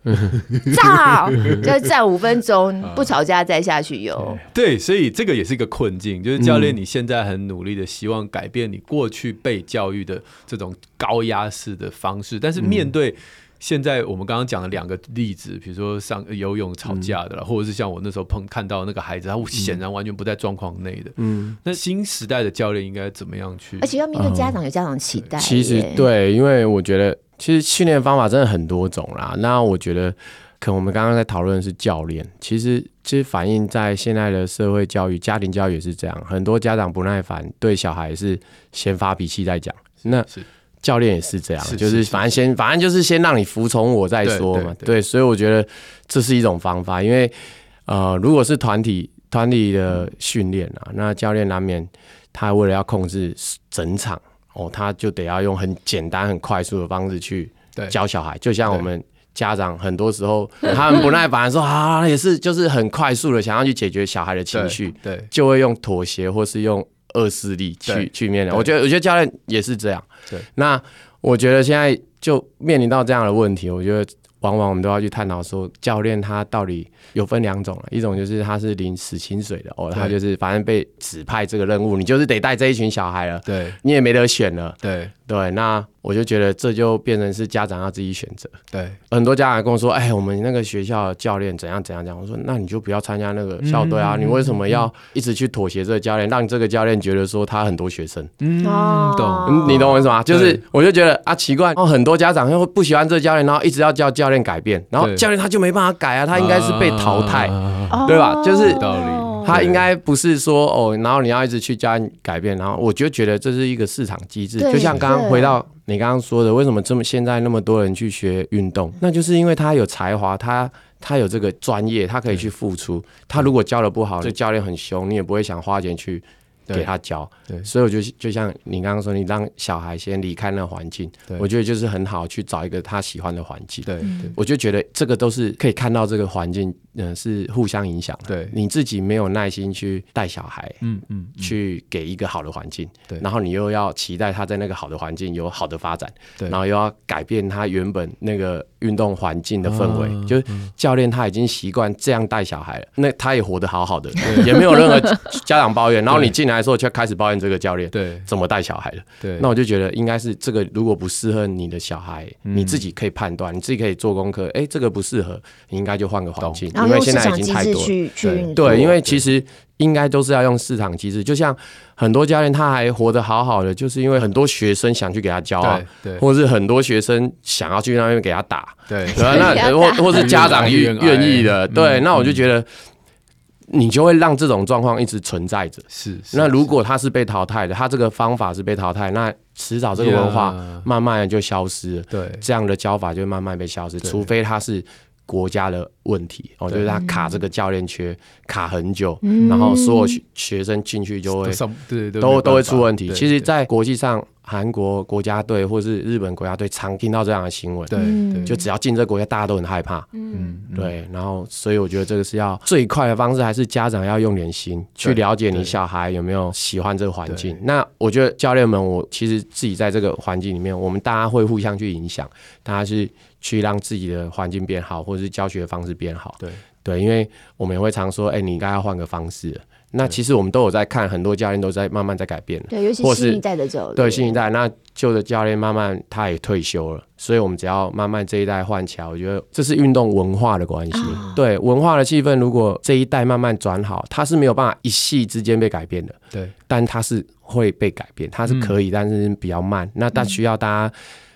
[SPEAKER 1] 炸，就站五分
[SPEAKER 2] 嗯
[SPEAKER 1] 钟不吵架再下去游。
[SPEAKER 2] 对，所以这个也是一个困境，就是教练，你现在很努力的希望改变你过去被教育的这种高压式的方式，但是面对现在我们刚刚讲的两个例子，比如说上呃游泳吵架的啦，或者是像我那时候碰看到那个孩子，他显然完全不在状况内的，嗯，那新时代的教练应该怎么样去？
[SPEAKER 1] 而且要面对家长，有家长期待。
[SPEAKER 3] 嗯啊其实，对，因为我觉得其实训练方法真的很多种啦。那我觉得，可能我们刚刚在讨论的是教练，其实其实反映在现在的社会教育、家庭教育也是这样，很多家长不耐烦，对小孩是先发脾气再讲。那
[SPEAKER 2] 是
[SPEAKER 3] 教练也是这样，
[SPEAKER 2] 是
[SPEAKER 3] 就是
[SPEAKER 2] 是
[SPEAKER 3] 反正先反正就是先让你服从我再说
[SPEAKER 2] 对
[SPEAKER 3] 嘛。
[SPEAKER 2] 对对
[SPEAKER 3] 对，所以我觉得这是一种方法，因为呃，如果是团体团体的训练啊，那教练难免他为了要控制整场哦，他就得要用很简单、很快速的方式去
[SPEAKER 2] 对
[SPEAKER 3] 教小孩，就像我们。家长很多时候，他们不耐烦的时候 啊，也是就是很快速的想要去解决小孩的情绪，
[SPEAKER 2] 对对
[SPEAKER 3] 就会用妥协或是用恶势力去
[SPEAKER 2] 对
[SPEAKER 3] 去面对。
[SPEAKER 2] 对
[SPEAKER 3] 我觉得，我觉得教练也是这样。
[SPEAKER 2] 对，
[SPEAKER 3] 那我觉得现在就面临到这样的问题，我觉得往往我们都要去探讨说，教练他到底有分两种了，一种就是他是领死薪水的哦，
[SPEAKER 2] 对
[SPEAKER 3] 他就是反正被指派这个任务，你就是得带这一群小孩了，
[SPEAKER 2] 对
[SPEAKER 3] 你也没得选了。
[SPEAKER 2] 对
[SPEAKER 3] 对，那我就觉得这就变成是家长要自己选择。
[SPEAKER 2] 对，
[SPEAKER 3] 很多家长跟我说：“哎，我们那个学校的教练怎样怎样讲。”我说：“那你就不要参加那个校队
[SPEAKER 2] 嗯
[SPEAKER 3] 啊！你为什么要一直去妥协这个教练，让这个教练觉得说他很多学生？
[SPEAKER 2] 嗯，
[SPEAKER 1] 哦
[SPEAKER 2] 懂，
[SPEAKER 3] 嗯你懂我意思吗？就是
[SPEAKER 2] 对
[SPEAKER 3] 我就觉得啊，奇怪，然后很多家长又不喜欢这个教练，然后一直要叫教练改变，然后
[SPEAKER 2] 对
[SPEAKER 3] 教练他就没办法改啊，他应该是被淘汰。
[SPEAKER 2] 啊
[SPEAKER 1] 哦
[SPEAKER 3] 对吧就是
[SPEAKER 2] 道理
[SPEAKER 3] 他应该不是说哦，然后你要一直去教你改变，然后我就觉得这是一个市场机制，
[SPEAKER 1] 对
[SPEAKER 3] 就像刚刚
[SPEAKER 1] 对
[SPEAKER 3] 回到你刚刚说的，为什么这么现在那么多人去学运动，那就是因为他有才华，他他有这个专业，他可以去付出。他如果教的不好，这教练很凶，你也不会想花钱去
[SPEAKER 2] 对
[SPEAKER 3] 给他教。
[SPEAKER 2] 对
[SPEAKER 3] 所以我就就像你刚刚说，你让小孩先离开那环境
[SPEAKER 2] 对，
[SPEAKER 3] 我觉得就是很好去找一个他喜欢的环境。
[SPEAKER 2] 对对
[SPEAKER 3] 我就觉得这个都是可以看到这个环境，嗯、是互相影响的。
[SPEAKER 2] 对
[SPEAKER 3] 你自己没有耐心去带小孩，
[SPEAKER 2] 嗯嗯，
[SPEAKER 3] 去给一个好的环境，
[SPEAKER 2] 对
[SPEAKER 3] 然后你又要期待他在那个好的环境有好的发展，
[SPEAKER 2] 对
[SPEAKER 3] 然后又要改变他原本那个运动环境的氛围，
[SPEAKER 2] 啊
[SPEAKER 3] 就是教练他已经习惯这样带小孩了，那他也活得好好的， 也没有任何家长抱怨，然后你进来的时候就开始抱怨这个教练
[SPEAKER 2] 对
[SPEAKER 3] 怎么带小孩了，
[SPEAKER 2] 对，
[SPEAKER 3] 那我就觉得应该是这个，如果不适合你的小孩，
[SPEAKER 2] 嗯
[SPEAKER 3] 你自己可以判断，你自己可以做功课，哎，这个不适合，你应该就换个环境，
[SPEAKER 1] 然
[SPEAKER 3] 因
[SPEAKER 1] 后用
[SPEAKER 3] 为现
[SPEAKER 1] 市
[SPEAKER 3] 在
[SPEAKER 1] 场
[SPEAKER 3] 已
[SPEAKER 1] 机
[SPEAKER 3] 经太
[SPEAKER 1] 制
[SPEAKER 3] 多了。
[SPEAKER 1] 去去运作。
[SPEAKER 3] 对，
[SPEAKER 2] 哦
[SPEAKER 3] 因为其实应该都是要用市场机制，就像很多教练他还活得好好的，就是因为很多学生想去给他教啊，
[SPEAKER 2] 对对
[SPEAKER 3] 或者是很多学生想要去那边给他打，
[SPEAKER 2] 对
[SPEAKER 3] 对啊，
[SPEAKER 1] 给他
[SPEAKER 3] 那或
[SPEAKER 1] 打
[SPEAKER 3] 或是家长愿
[SPEAKER 2] 愿
[SPEAKER 3] 愿
[SPEAKER 2] 意
[SPEAKER 3] 意的，
[SPEAKER 2] 嗯
[SPEAKER 3] 对，那我就觉得你就会让这种状况一直存在着。
[SPEAKER 2] 是。是啊
[SPEAKER 3] 那如果他是被淘汰的，他这个方法是被淘汰，那迟早这个文化
[SPEAKER 2] Yeah
[SPEAKER 3] 慢慢的就消失了。
[SPEAKER 2] 对
[SPEAKER 3] 这样的教法就会慢慢被消失，
[SPEAKER 2] 对
[SPEAKER 3] 除非他是国家的问题哦，
[SPEAKER 2] 对嗯
[SPEAKER 3] 就是他卡这个教练缺卡很久，然后所有学学生进去就会
[SPEAKER 2] 都上对都没
[SPEAKER 3] 都
[SPEAKER 2] 办
[SPEAKER 3] 都会
[SPEAKER 2] 法
[SPEAKER 3] 出问题。
[SPEAKER 2] 对
[SPEAKER 3] 其
[SPEAKER 2] 对
[SPEAKER 3] 实，在国际上，韩国国家队或是日本国家队常听到这样的新闻，
[SPEAKER 1] 嗯
[SPEAKER 2] 对对
[SPEAKER 3] 就只要进这个国家，大家都很害怕。
[SPEAKER 2] 嗯嗯
[SPEAKER 3] 对，然后所以我觉得这个是要最快的方式，还是家长要用点心去了解
[SPEAKER 2] 对
[SPEAKER 3] 你小孩有没有喜欢这个环境
[SPEAKER 2] 对。
[SPEAKER 3] 那我觉得教练们，我其实自己在这个环境里面，我们大家会互相去影响，大家是去让自己的环境变好，或者是教学方式变好。
[SPEAKER 2] 对
[SPEAKER 3] 对，因为我们也会常说，哎、你应该要换个方式了。那其实我们都有在看，很多教练都在慢慢在改变了。
[SPEAKER 1] 对，尤其
[SPEAKER 3] 或是
[SPEAKER 1] 新一代的教练，
[SPEAKER 3] 对新一代，那旧的教练慢慢他也退休了，所以我们只要慢慢这一代换起来，我觉得这是运动文化的关系。对文化的气氛，如果这一代慢慢转好，它是没有办法一夕之间被改变的，
[SPEAKER 2] 对
[SPEAKER 3] 但它是会被改变，它是可以，但是比较慢。那但需要大家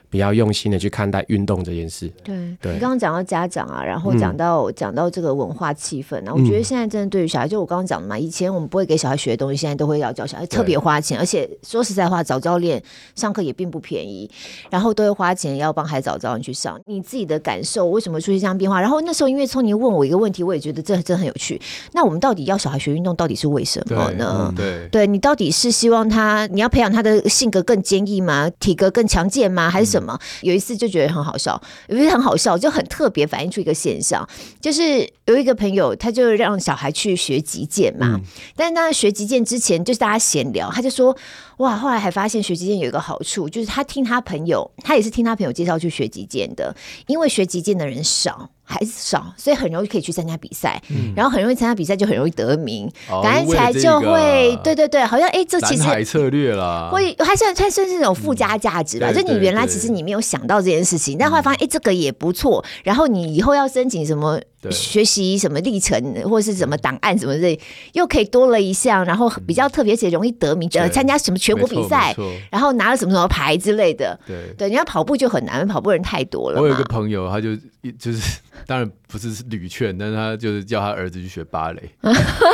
[SPEAKER 3] 比较用心的去看待运动这件事。
[SPEAKER 1] 对，
[SPEAKER 3] 对
[SPEAKER 1] 你刚刚讲到家长啊，然后
[SPEAKER 2] 嗯
[SPEAKER 1] 讲到、讲到这个文化气氛啊，我觉得现在真的对于小孩，就我刚刚讲的嘛，以前我们不会给小孩学的东西，现在都会要教小孩特别花钱，而且说实在话，早教练上课也并不便宜，然后都会花钱要帮孩子早教练去上。你自己的感受为什么出现这样变化？然后那时候因为聪宁问我一个问题，我也觉得这真的很有趣。那我们到底要小孩学运动，到底是为什么
[SPEAKER 2] 对
[SPEAKER 1] 呢？
[SPEAKER 2] 嗯对
[SPEAKER 1] 对你到底是希望他，你要培养他的性格更坚毅吗？体格更强健吗？还是什么？有一次就觉得很好笑，有一次很好笑，就很特别反映出一个现象，就是有一个朋友，他就让小孩去学击剑嘛，
[SPEAKER 2] 嗯
[SPEAKER 1] 但是他学击剑之前，就是大家闲聊，他就说，哇，后来还发现学击剑有一个好处，就是他听他朋友，他也是听他朋友介绍去学击剑的，因为学击剑的人少。还是少，所以很容易可以去参加比赛，然后很容易参加比赛就很容易得名，
[SPEAKER 2] 嗯哦
[SPEAKER 1] 赶
[SPEAKER 2] 为
[SPEAKER 1] 起
[SPEAKER 2] 了
[SPEAKER 1] 来
[SPEAKER 2] 这
[SPEAKER 1] 就
[SPEAKER 2] 个
[SPEAKER 1] 会，对对对，好像哎、这其
[SPEAKER 2] 蓝
[SPEAKER 1] 实
[SPEAKER 2] 海策略啦，
[SPEAKER 1] 会，它算它算是一种附加价值吧。
[SPEAKER 2] 对
[SPEAKER 1] 就你原来
[SPEAKER 2] 对嗯
[SPEAKER 1] 其实你没有想到这件事情，但后来发现哎、诶这个也不错。然后你以后要申请什么
[SPEAKER 2] 对
[SPEAKER 1] 学习什么历程，或是什么档案什么之类，又可以多了一项，然后比较特别且容易得名，呃，
[SPEAKER 2] 嗯对
[SPEAKER 1] 参加什么全国
[SPEAKER 2] 没错
[SPEAKER 1] 比赛
[SPEAKER 2] 没，错
[SPEAKER 1] 然后拿了什么什么牌之类的。
[SPEAKER 2] 对。
[SPEAKER 1] 对，人家跑步就很难，跑步人太多了
[SPEAKER 2] 我有 一
[SPEAKER 1] 嘛
[SPEAKER 2] 个。朋友，他就一就是，当然不是屡劝，但是他就是叫他儿子去学芭蕾。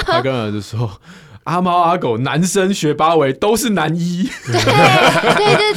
[SPEAKER 2] 他跟儿子说：“阿猫阿狗，男生学芭蕾都是男一，
[SPEAKER 1] 对对对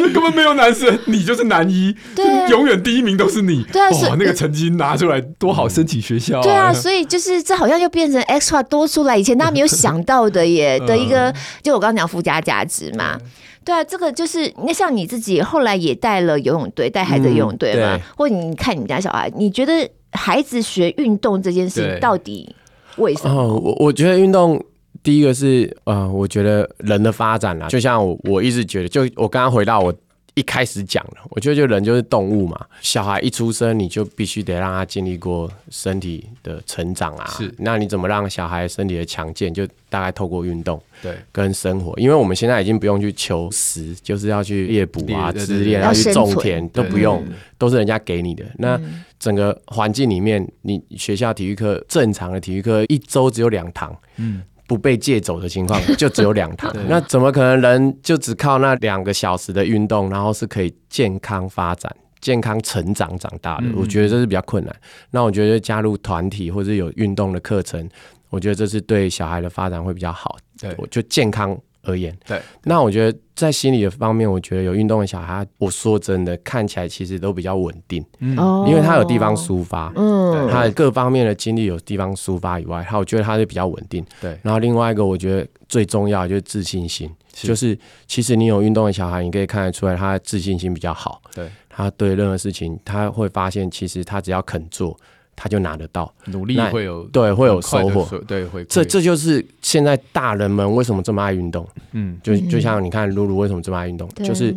[SPEAKER 1] 对
[SPEAKER 2] 根本没有男生，你就是男一，
[SPEAKER 1] 对啊
[SPEAKER 2] 永远第一名都是你。
[SPEAKER 1] 对啊所
[SPEAKER 2] 哇，那个成绩拿出来多
[SPEAKER 3] 嗯
[SPEAKER 2] 好，申请学
[SPEAKER 3] 哦
[SPEAKER 2] 校
[SPEAKER 1] 对 啊，所以就是这好像又变成 extra 多出来以前大家没有想到的 耶的一
[SPEAKER 3] 嗯
[SPEAKER 1] 个，就我刚刚讲附加价值嘛。对啊，这个就是那像你自己后来也带了游泳队，带孩子游泳队嘛，
[SPEAKER 3] 嗯对
[SPEAKER 1] 或者你看你们家小孩，你觉得孩子学运动这件事
[SPEAKER 2] 对
[SPEAKER 1] 情到底为什么？
[SPEAKER 3] 哦，我我觉得运动第一个是呃，我觉得人的发展啊啦，就像我我一直觉得，就我刚刚回到我一开始讲的，我觉得就人就是动物嘛，小孩一出生你就必须得让他经历过身体的成长啊，
[SPEAKER 2] 是
[SPEAKER 3] 那你怎么让小孩身体的强健，就大概透过运动。
[SPEAKER 2] 对
[SPEAKER 3] 跟生活，因为我们现在已经不用去求食，就是要去猎捕啊、
[SPEAKER 2] 猎对对
[SPEAKER 3] 自
[SPEAKER 2] 对
[SPEAKER 3] 猎，
[SPEAKER 2] 要
[SPEAKER 3] 要去
[SPEAKER 1] 生
[SPEAKER 3] 种
[SPEAKER 1] 存
[SPEAKER 3] 田都
[SPEAKER 2] 对
[SPEAKER 3] 不用
[SPEAKER 2] 对对，嗯
[SPEAKER 3] 都是人家给你的。那整个环境里面，你学校体育课正常的体育课一周只有两堂，
[SPEAKER 2] 嗯
[SPEAKER 3] 嗯。不被借走的情 况就只有两堂
[SPEAKER 2] 对，
[SPEAKER 3] 那怎么可能人就只靠那两个小时的运动，然后是可以健康发展、健康成长长大的？
[SPEAKER 2] 嗯
[SPEAKER 3] 我觉得这是比较困难。那我觉得加入团体或者有运动的课程，我觉得这是对小孩的发展会比较好。
[SPEAKER 2] 对
[SPEAKER 3] 我就健康而言。
[SPEAKER 2] 对，
[SPEAKER 3] 那我觉得在心理的方面，我觉得有运动的小孩，我说真的，看起来其实都比较稳定，
[SPEAKER 1] 哦
[SPEAKER 3] 嗯因为他有地方，抒发，
[SPEAKER 1] 嗯，
[SPEAKER 3] 他各方面的精力有地方抒发以外，他我觉得他是比较稳定。
[SPEAKER 2] 对，
[SPEAKER 3] 然后另外一个，我觉得最重要的就是自信心，就是其实你有运动的小孩，你可以看得出来他的自信心比较好，
[SPEAKER 2] 对，
[SPEAKER 3] 他对任何事情他会发现，其实他只要肯做，他就拿得到，
[SPEAKER 2] 努力
[SPEAKER 3] 那
[SPEAKER 2] 会有
[SPEAKER 3] 对，会有
[SPEAKER 2] 很快
[SPEAKER 3] 收
[SPEAKER 2] 的
[SPEAKER 3] 获。
[SPEAKER 2] 收，对，会
[SPEAKER 3] 这这就是现在大人们为什么这么爱运动，
[SPEAKER 2] 嗯，
[SPEAKER 3] 就
[SPEAKER 1] 嗯
[SPEAKER 3] 就像你看露露为什么这么爱运动，
[SPEAKER 1] 对
[SPEAKER 3] 就是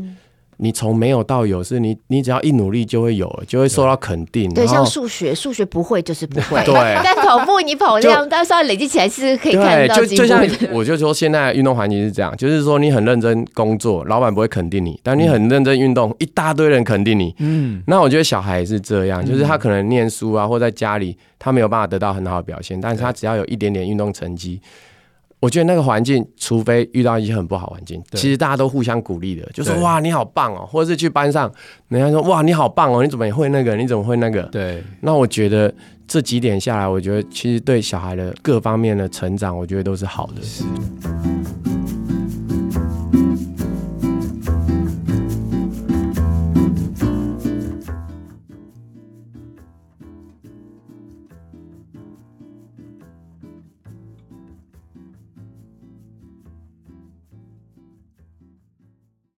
[SPEAKER 3] 你从没有到有，是你你只要一努力就会有了，就会受到肯定。
[SPEAKER 1] 对，
[SPEAKER 3] 然
[SPEAKER 1] 像
[SPEAKER 3] 后
[SPEAKER 1] 数学，数学不会就是不会，
[SPEAKER 3] 对
[SPEAKER 1] 但跑步你跑量，
[SPEAKER 3] 就
[SPEAKER 1] 但是要累积起来是可以看得，
[SPEAKER 3] 对
[SPEAKER 1] 到
[SPEAKER 3] 就
[SPEAKER 1] 进
[SPEAKER 3] 就
[SPEAKER 1] 步
[SPEAKER 3] 像
[SPEAKER 1] 的。
[SPEAKER 3] 我就说，现在的运动环境是这样，就是说你很认真工作，老板不会肯定你；但你
[SPEAKER 2] 嗯
[SPEAKER 3] 很认真运动，一大堆人肯定你。嗯，那我觉得小孩也是这样，就是
[SPEAKER 2] 嗯
[SPEAKER 3] 他可能念书啊，或在家里，他没有办法得到很好的表现，但是他只要有一点点运动成绩。我觉得那个环境，除非遇到一些很不好的环境，
[SPEAKER 2] 对
[SPEAKER 3] 其实大家都互相鼓励的，就说
[SPEAKER 2] 对
[SPEAKER 3] 哇你好棒哦，或者是去班上，人家说哇你好棒哦，你怎么也会那个，你怎么会那个？
[SPEAKER 2] 对，
[SPEAKER 3] 那我觉得这几点下来，我觉得其实对小孩的各方面的成长，我觉得都是好的。
[SPEAKER 2] 是。